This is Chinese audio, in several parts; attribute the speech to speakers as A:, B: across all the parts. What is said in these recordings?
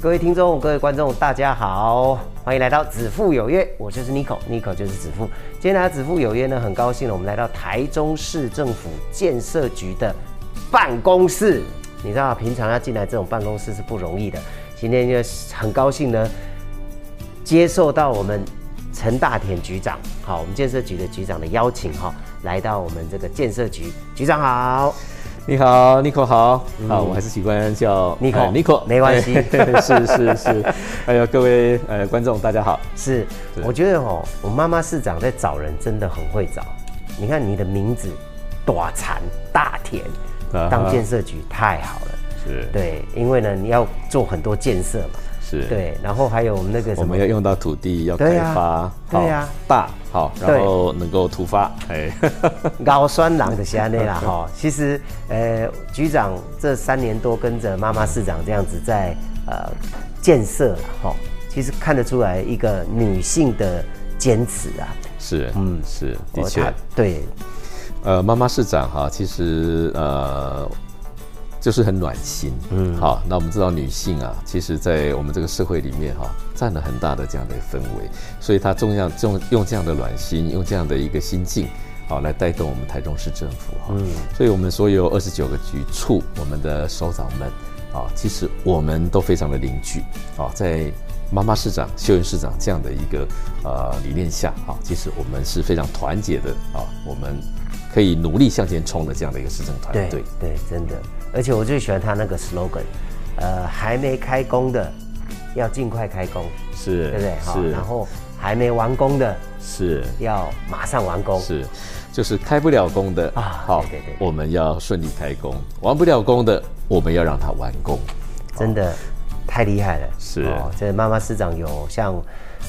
A: 各位听众、各位观众，大家好，欢迎来到子父有约，我就是 Nico，Nico 就是子父。今天来到子父有约呢，很高兴了，我们来到台中市政府建设局的办公室。你知道，平常要进来这种办公室是不容易的。今天就很高兴呢，接受到我们陈大田局长，好，我们建设局的局长的邀请哈，来到我们这个建设局，局长好。
B: 你好，Nico 好，啊，我还是习惯叫
A: Nico，
B: 呃 Nico，
A: 没关系
B: 是是是，哎呦，各位呃观众大家好，
A: 是，
B: 对
A: 我觉得哦，我妈妈市长在找人真的很会找。你看你的名字，短蝉大田
B: 啊哈，
A: 当建设局太好了。
B: 是
A: 对，因为呢，你要做很多建设嘛。
B: 是，，
A: 对，然后还有我们那个
B: 我
A: 什么
B: 们要，用到土地，要
A: 对
B: 开
A: 啊
B: 发，
A: 对啊
B: 大好，
A: 对
B: 然后能够突发，哎，
A: 高酸狼的虾内啦哈。其实，呃，局长这三年多跟着妈妈市长这样子在呃建设了哈，其实看得出来一个女性的坚持啊。
B: 是，
A: 嗯
B: 嗯是，的
A: 我
B: 确
A: 她，对，
B: 呃，妈妈市长哈，其实呃。就是很暖心，嗯，好，那我们知道女性啊，其实，在我们这个社会里面哈、占了很大的这样的氛围，所以她重要重用这样的暖心，用这样的一个心境，好、来带动我们台中市政府哈、嗯，所以我们所有二十九个局处，我们的首长们啊、其实我们都非常的凝聚啊、在妈妈市长、秀云市长这样的一个呃理念下啊、其实我们是非常团结的啊、我们可以努力向前冲的这样的一个市政团
A: 对
B: 队。
A: 对，真的。而且我最喜欢他那个 slogan，呃，还没开工的要尽快开工，
B: 是，
A: 对不对？好
B: 是，
A: 然后还没完工的
B: 是
A: 要马上完工。
B: 是，就是开不了工的
A: 啊
B: 好，
A: 对对对
B: 我们要顺利开工；完不了工的，我们要让它完工。
A: 真的太厉害了。哦
B: 是
A: 这妈妈市长有像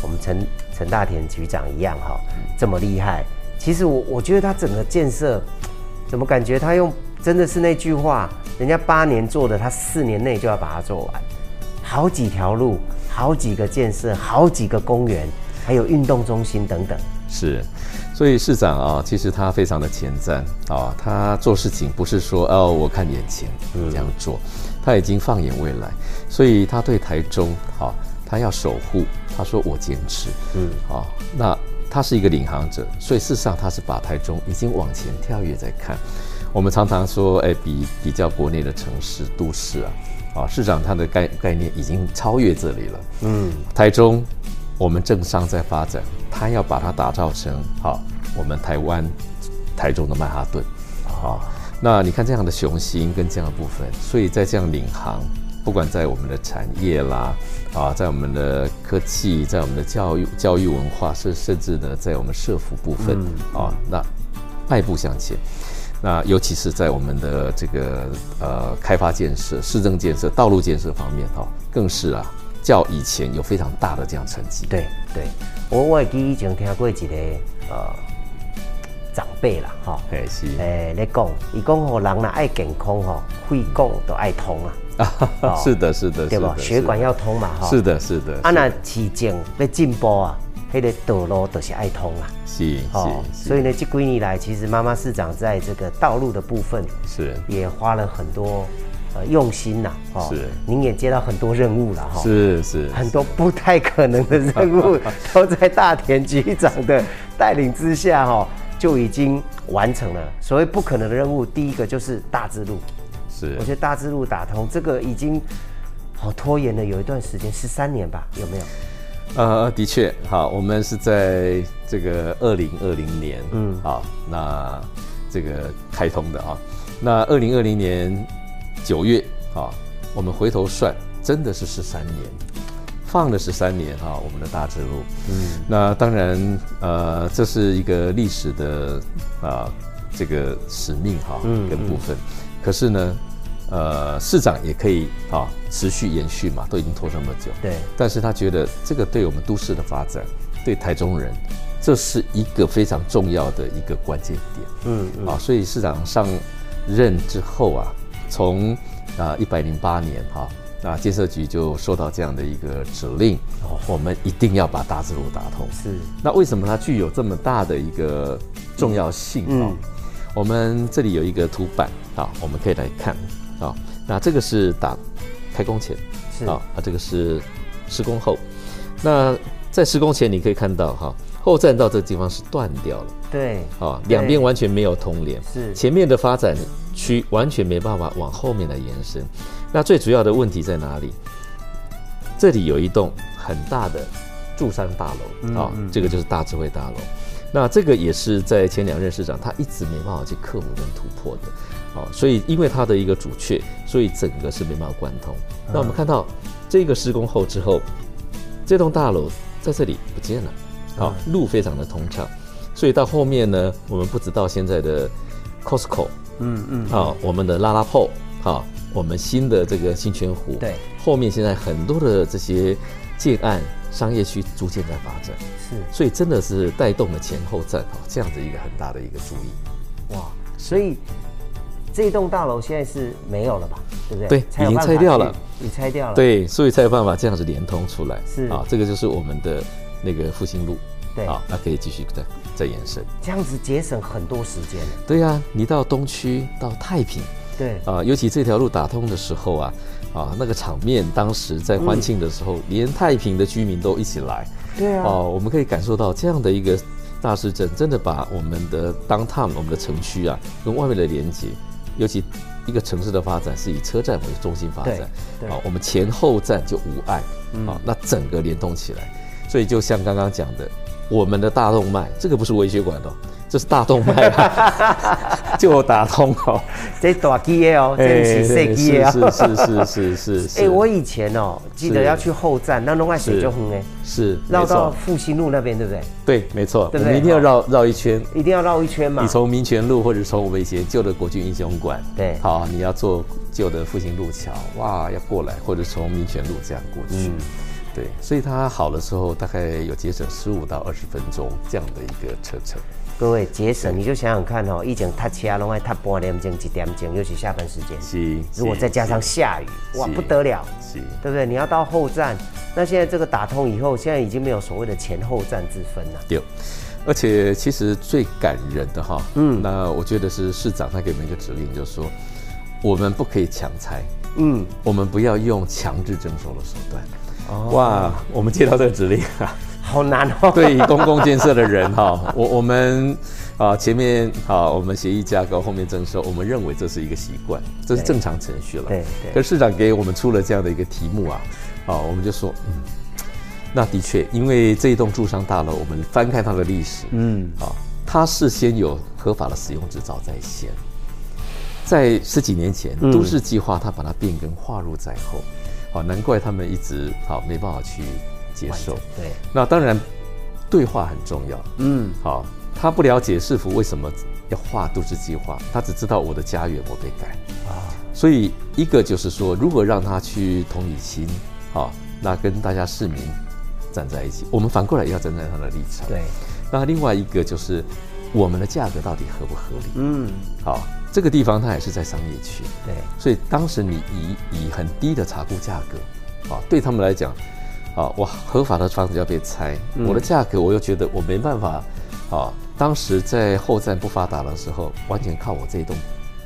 A: 我们陈陈大田局长一样哈、这么厉害。其实我我觉得他整个建设，怎么感觉他用真的是那句话，人家八年做的，他四年内就要把它做完，好几条路，好几个建设，好几个公园，还有运动中心等等。
B: 是，所以市长啊，其实他非常的前瞻啊，他做事情不是说哦，我看眼前这样做，他已经放眼未来，所以他对台中啊，他要守护，他说我坚持，嗯，啊，那他是一个领航者，所以事实上他是把台中已经往前跳跃在看。我们常常说，哎，比比较国内的城市都市啊，啊，市长他的概概念已经超越这里了，嗯，台中我们政商在发展，它要把它打造成好我们台湾台中的曼哈顿，好、那你看这样的雄心跟这样的部分，所以在这样领航，不管在我们的产业啦，啊，在我们的科技，在我们的教育、教育文化，甚甚至呢，在我们社服部分、
A: 嗯
B: 啊，那迈步向前。那尤其是在我们的这个呃开发建设、市政建设、道路建设方面哈、更是啊较以前有非常大的这样成绩。
A: 对对，我我会记以前听过一个呃长辈啦哈。
B: 哎，是
A: 诶、咧讲，伊讲吼人若爱健康吼，血管都爱通啊，哦
B: 是的，是的，
A: 对
B: 啊是
A: 不
B: 的？
A: 血管要通嘛吼。
B: 是。的，是的，
A: 啊，
B: 是
A: 若
B: 的
A: 市政要进步啊，迄、个道路都是爱通啊。
B: 是是，
A: 所以呢，这几年来，其实妈妈市长在这个道路的部分
B: 是
A: 也花了很多呃用心呐、哦
B: 是
A: 您也接到很多任务了哈。哦
B: 是是
A: 很多不太可能的任务，都在大田局长的带领之下、哦，就已经完成了。所谓不可能的任务，第一个就是大智路，
B: 是
A: 我觉得大智路打通这个已经好拖延了有一段时间，十三年吧，有没有？
B: 呃，的确，好，我们是在这个二零二零年，嗯，好，那这个开通的啊，那二零二零年九月啊，我们回头算，真的是十三年，放了十三年哈、我们的大智路，嗯，那当然，呃，这是一个历史的啊、这个使命哈、
A: 嗯
B: 跟部分，可是呢。呃，市长也可以啊、持续延续嘛，都已经拖这么久，
A: 对
B: 但是他觉得这个对我们都市的发展，对台中人这是一个非常重要的一个关键点。
A: 嗯
B: 啊，所以市长上任之后啊，从啊一百零八年哈、那建设局就收到这样的一个指令，
A: 哦
B: 我们一定要把大智路打通。
A: 是
B: 那为什么它具有这么大的一个重要性啊、
A: 嗯
B: 我们这里有一个图板啊，我们可以来看啊。那这个是打开工前
A: 是
B: 啊，啊这个是施工后。那在施工前你可以看到哈、后栈道这个地方是断掉了。
A: 对，对
B: 啊，两边完全没有通联，
A: 是
B: 前面的发展区完全没办法往后面来延伸。那最主要的问题在哪里？这里有一栋很大的住商大
A: 嗯
B: 楼啊、这个就是大智慧大楼。那这个也是在前两任市长他一直没办法去克服跟突破的，哦，所以因为它的一个主缺，所以整个是没办法贯通。那
A: 嗯
B: 我们看到这个施工后之后，这栋大楼在这里不见了，好、
A: 嗯
B: 路非常的通畅，所以到后面呢，我们不知道现在的 Costco，
A: 嗯嗯，
B: 啊、我们的拉拉铺，啊，我们新的这个新泉湖，
A: 对，
B: 后面现在很多的这些建案商业区逐渐在发展，
A: 是
B: 所以真的是带动了前后站啊、这样子一个很大的一个注
A: 嗯
B: 意，
A: 哇，所以这栋大楼现在是没有了吧？对不对？
B: 对
A: 才有
B: 已经
A: 办
B: 拆
A: 法
B: 掉
A: 去
B: 了，
A: 已拆掉了。
B: 对，所以才有办法这样子连通出来，
A: 是
B: 啊，这个就是我们的那个复兴路，
A: 对
B: 啊，那可以继续再再延伸，
A: 这样子节省很多时间了。
B: 对呀、啊你到东区到太平。
A: 对，
B: 啊、尤其这条路打通的时候啊，啊，那个场面，当时在欢庆的时候，连太平的居民都一起来，
A: 嗯对啊
B: 哦，我们可以感受到这样的一个大市政，真的把我们的 downtown 我们的城区啊，跟外面的连接，尤其一个城市的发展是以车站为中心发展
A: 对对，嗯
B: 啊，我们前后站就无碍，啊，那整个联动起来，所以就像刚刚讲的，我们的大动脉，这个不是微血管哦，这是大动脉 啊， 就打通哦。
A: 这大机的哦， 这不是
B: 对
A: 小机的哦。
B: 哎是是是是 是是。
A: 哎，我以前哦，记得
B: 是
A: 要去后站，那弄外水就很哎，
B: 是
A: 绕
B: 没
A: 到
B: 错，
A: 复兴路那边，对不对？
B: 对，没错，
A: 对
B: 我
A: 不对
B: 们一定要绕绕一圈。
A: 一定要绕一圈嘛
B: 你。从民权路，或者从我们以前旧的国军英雄馆，
A: 对
B: 好，你要坐旧的复兴路桥，哇，要过来，或者从民权路这样过去，
A: 嗯
B: 对，所以它好的时候大概有节省十五到二十分钟这样的一个车程，
A: 各位节省，你就想想看哦，以前踏车拢爱踏半点钟、一点钟，尤其下班时间。
B: 是
A: 如果再加上下雨，
B: 是
A: 哇，不得了，
B: 是
A: 对不对？你要到后站，那现在这个打通以后，现在已经没有所谓的前后站之分了。
B: 对，而且其实最感人的哈，嗯，那我觉得是市长他给我们一个指令，就是说我们不可以强拆，
A: 嗯，
B: 我们不要用强制征收的手段。哇，我们接到这个指令啊，
A: 好难哦。
B: 对于公共建设的人哈，我我们啊前面啊我们协议架构，后面征收，我们认为这是一个习惯，这是正常程序了。
A: 对对
B: 可是市长给我们出了这样的一个题目啊，啊我们就说，嗯，那的确，因为这一栋住商大楼，我们翻看它的历史，嗯，啊，它是先有合法的使用执照在先，在十几年前，都市计划它把它变更划入在后，好、难怪他们一直好、没办法去接受。
A: 对，
B: 那当然，对话很重要。嗯，好、他不了解市府为什么要画都市计划，他只知道我的家园我被改啊。所以一个就是说，如何让他去同理心，好、那跟大家市民站在一起，我们反过来也要站在他的立场。
A: 对，
B: 那另外一个就是我们的价格到底合不合理？
A: 嗯，
B: 好、这个地方它也是在商业区，
A: 对，
B: 所以当时你以以很低的茶库价格，啊，对他们来讲，啊，我合法的房子要被拆，
A: 嗯
B: 我的价格我又觉得我没办法，啊，当时在后站不发达的时候，完全靠我这一栋，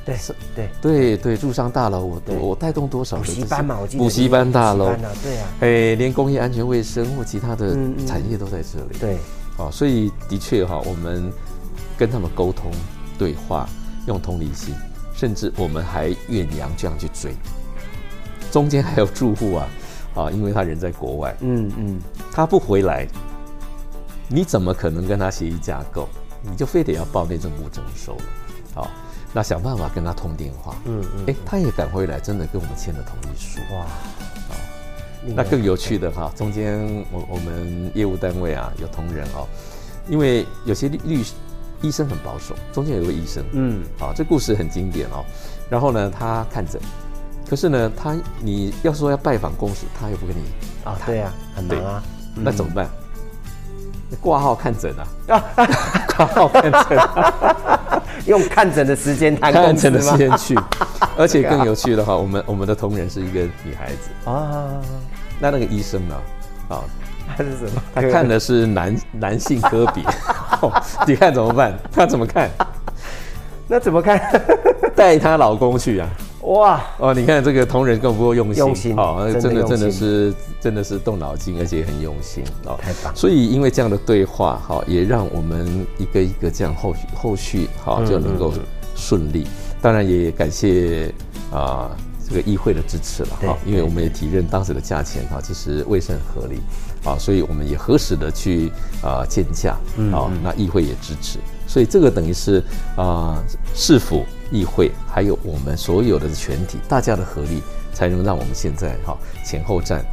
A: 对
B: 是，
A: 对，
B: 对对，住商大楼，我我带动多少的
A: 补习
B: 这些
A: 班嘛，我记得
B: 补习班大楼
A: 补习，班啊对啊，
B: 哎，连工业安全卫生或其他的
A: 嗯嗯
B: 产业都在这里，
A: 对，
B: 哦，所以的确哈、我们跟他们沟通、对话，用同理心，甚至我们还远洋这样去追，中间还有住户啊，啊，因为他人在国外，
A: 嗯嗯，
B: 他不回来，你怎么可能跟他协议架构？你就非得要报内政部征收了，好、那想办法跟他通电话，嗯嗯，哎，他也赶回来，真的跟我们签了同意书，
A: 哇，哦
B: 那更有趣的哈，中间我我们业务单位啊有同仁哦，因为有些律律医生很保守，中间有一位医生，
A: 嗯，
B: 好、这故事很经典哦。然后呢，他看诊，可是呢，他你要说要拜访公使，他又不跟你啊
A: 啊，对啊，很忙啊，
B: 那怎么办？挂号看诊啊，
A: 啊，
B: 挂号看诊、啊，
A: 用看诊的时间谈
B: 看
A: 公
B: 诊的时
A: 司
B: 间
A: 吗？
B: 去， 而且更有趣的哈，我们我们的同仁是一个女孩子，
A: 啊，
B: 那那个医生呢，啊，
A: 他是什么？
B: 他看的是男男性科比， 哦你看怎么办？他怎么看？
A: 那怎么 看？
B: 带她老公去啊！
A: 哇，
B: 哦，你看这个同仁更不够用心，
A: 用心
B: 哦，
A: 真的用心
B: 真的真的是真的是动脑筋，而且很用心哦，
A: 太棒
B: 所以因为这样的对话，哈、也让我们一个一个这样后续后续哈、就能够顺利。当然也感谢啊、这个议会的支持了哈、
A: 对
B: 因为我们也体认当时的价钱哈、其实未甚合理。啊，所以我们也核实的去啊建价，啊，那议会也支持，所以这个等于是啊市府、议会还有我们所有的全体大家的合力，才能让我们现在哈、前后站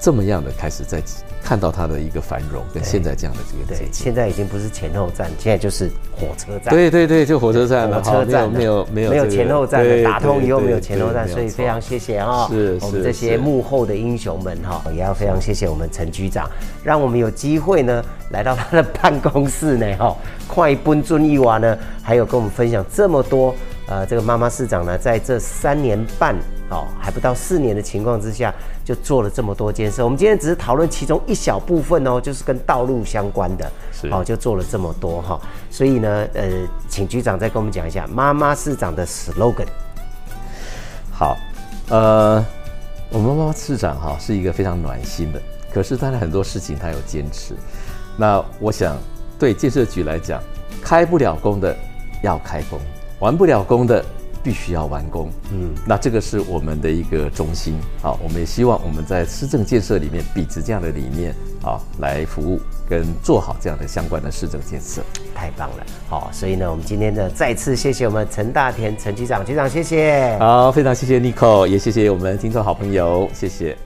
B: 这么样的开始在看到它的一个繁荣跟现在这样的这个
A: 对
B: 阶，级。
A: 现在已经不是前后站，现在就是火车站。
B: 对对对，就火车站了，
A: 火
B: 好
A: 车站啊
B: 没有没有
A: 没有
B: 这个
A: 前后站
B: 对
A: 的，打通以后
B: 对
A: 没有
B: 对
A: 前后站，
B: 对
A: 所以
B: 没有
A: 非常
B: 错
A: 谢谢哈，
B: 是
A: 我们
B: 是
A: 这些
B: 是
A: 幕后的英雄们哈，也要非常谢谢我们陈局长，让我们有机会呢来到他的办公室呢哈，快奔尊一娃呢，还有跟我们分享这么多。呃，这个妈妈市长呢，在这三年半，哦，还不到四年的情况之下，就做了这么多件事。我们今天只是讨论其中一小部分哦，就是跟道路相关的，
B: 是
A: 哦，就做了这么多哈、所以呢，呃，请局长再跟我们讲一下妈妈市长的 slogan。
B: 好，呃，我们妈妈市长哈、是一个非常暖心的，可是她的很多事情她有坚持。那我想对建设局来讲，开不了工的要开工，完不了工的必须要完工。嗯，那这个是我们的一个中心啊，我们也希望我们在市政建设里面秉持这样的理念啊，来服务跟做好这样的相关的市政建设。
A: 太棒了，好、所以呢，我们今天呢再次谢谢我们陈大田陈局长，局长谢谢。
B: 好，非常谢谢 Nico，也谢谢我们听众好朋友，谢谢。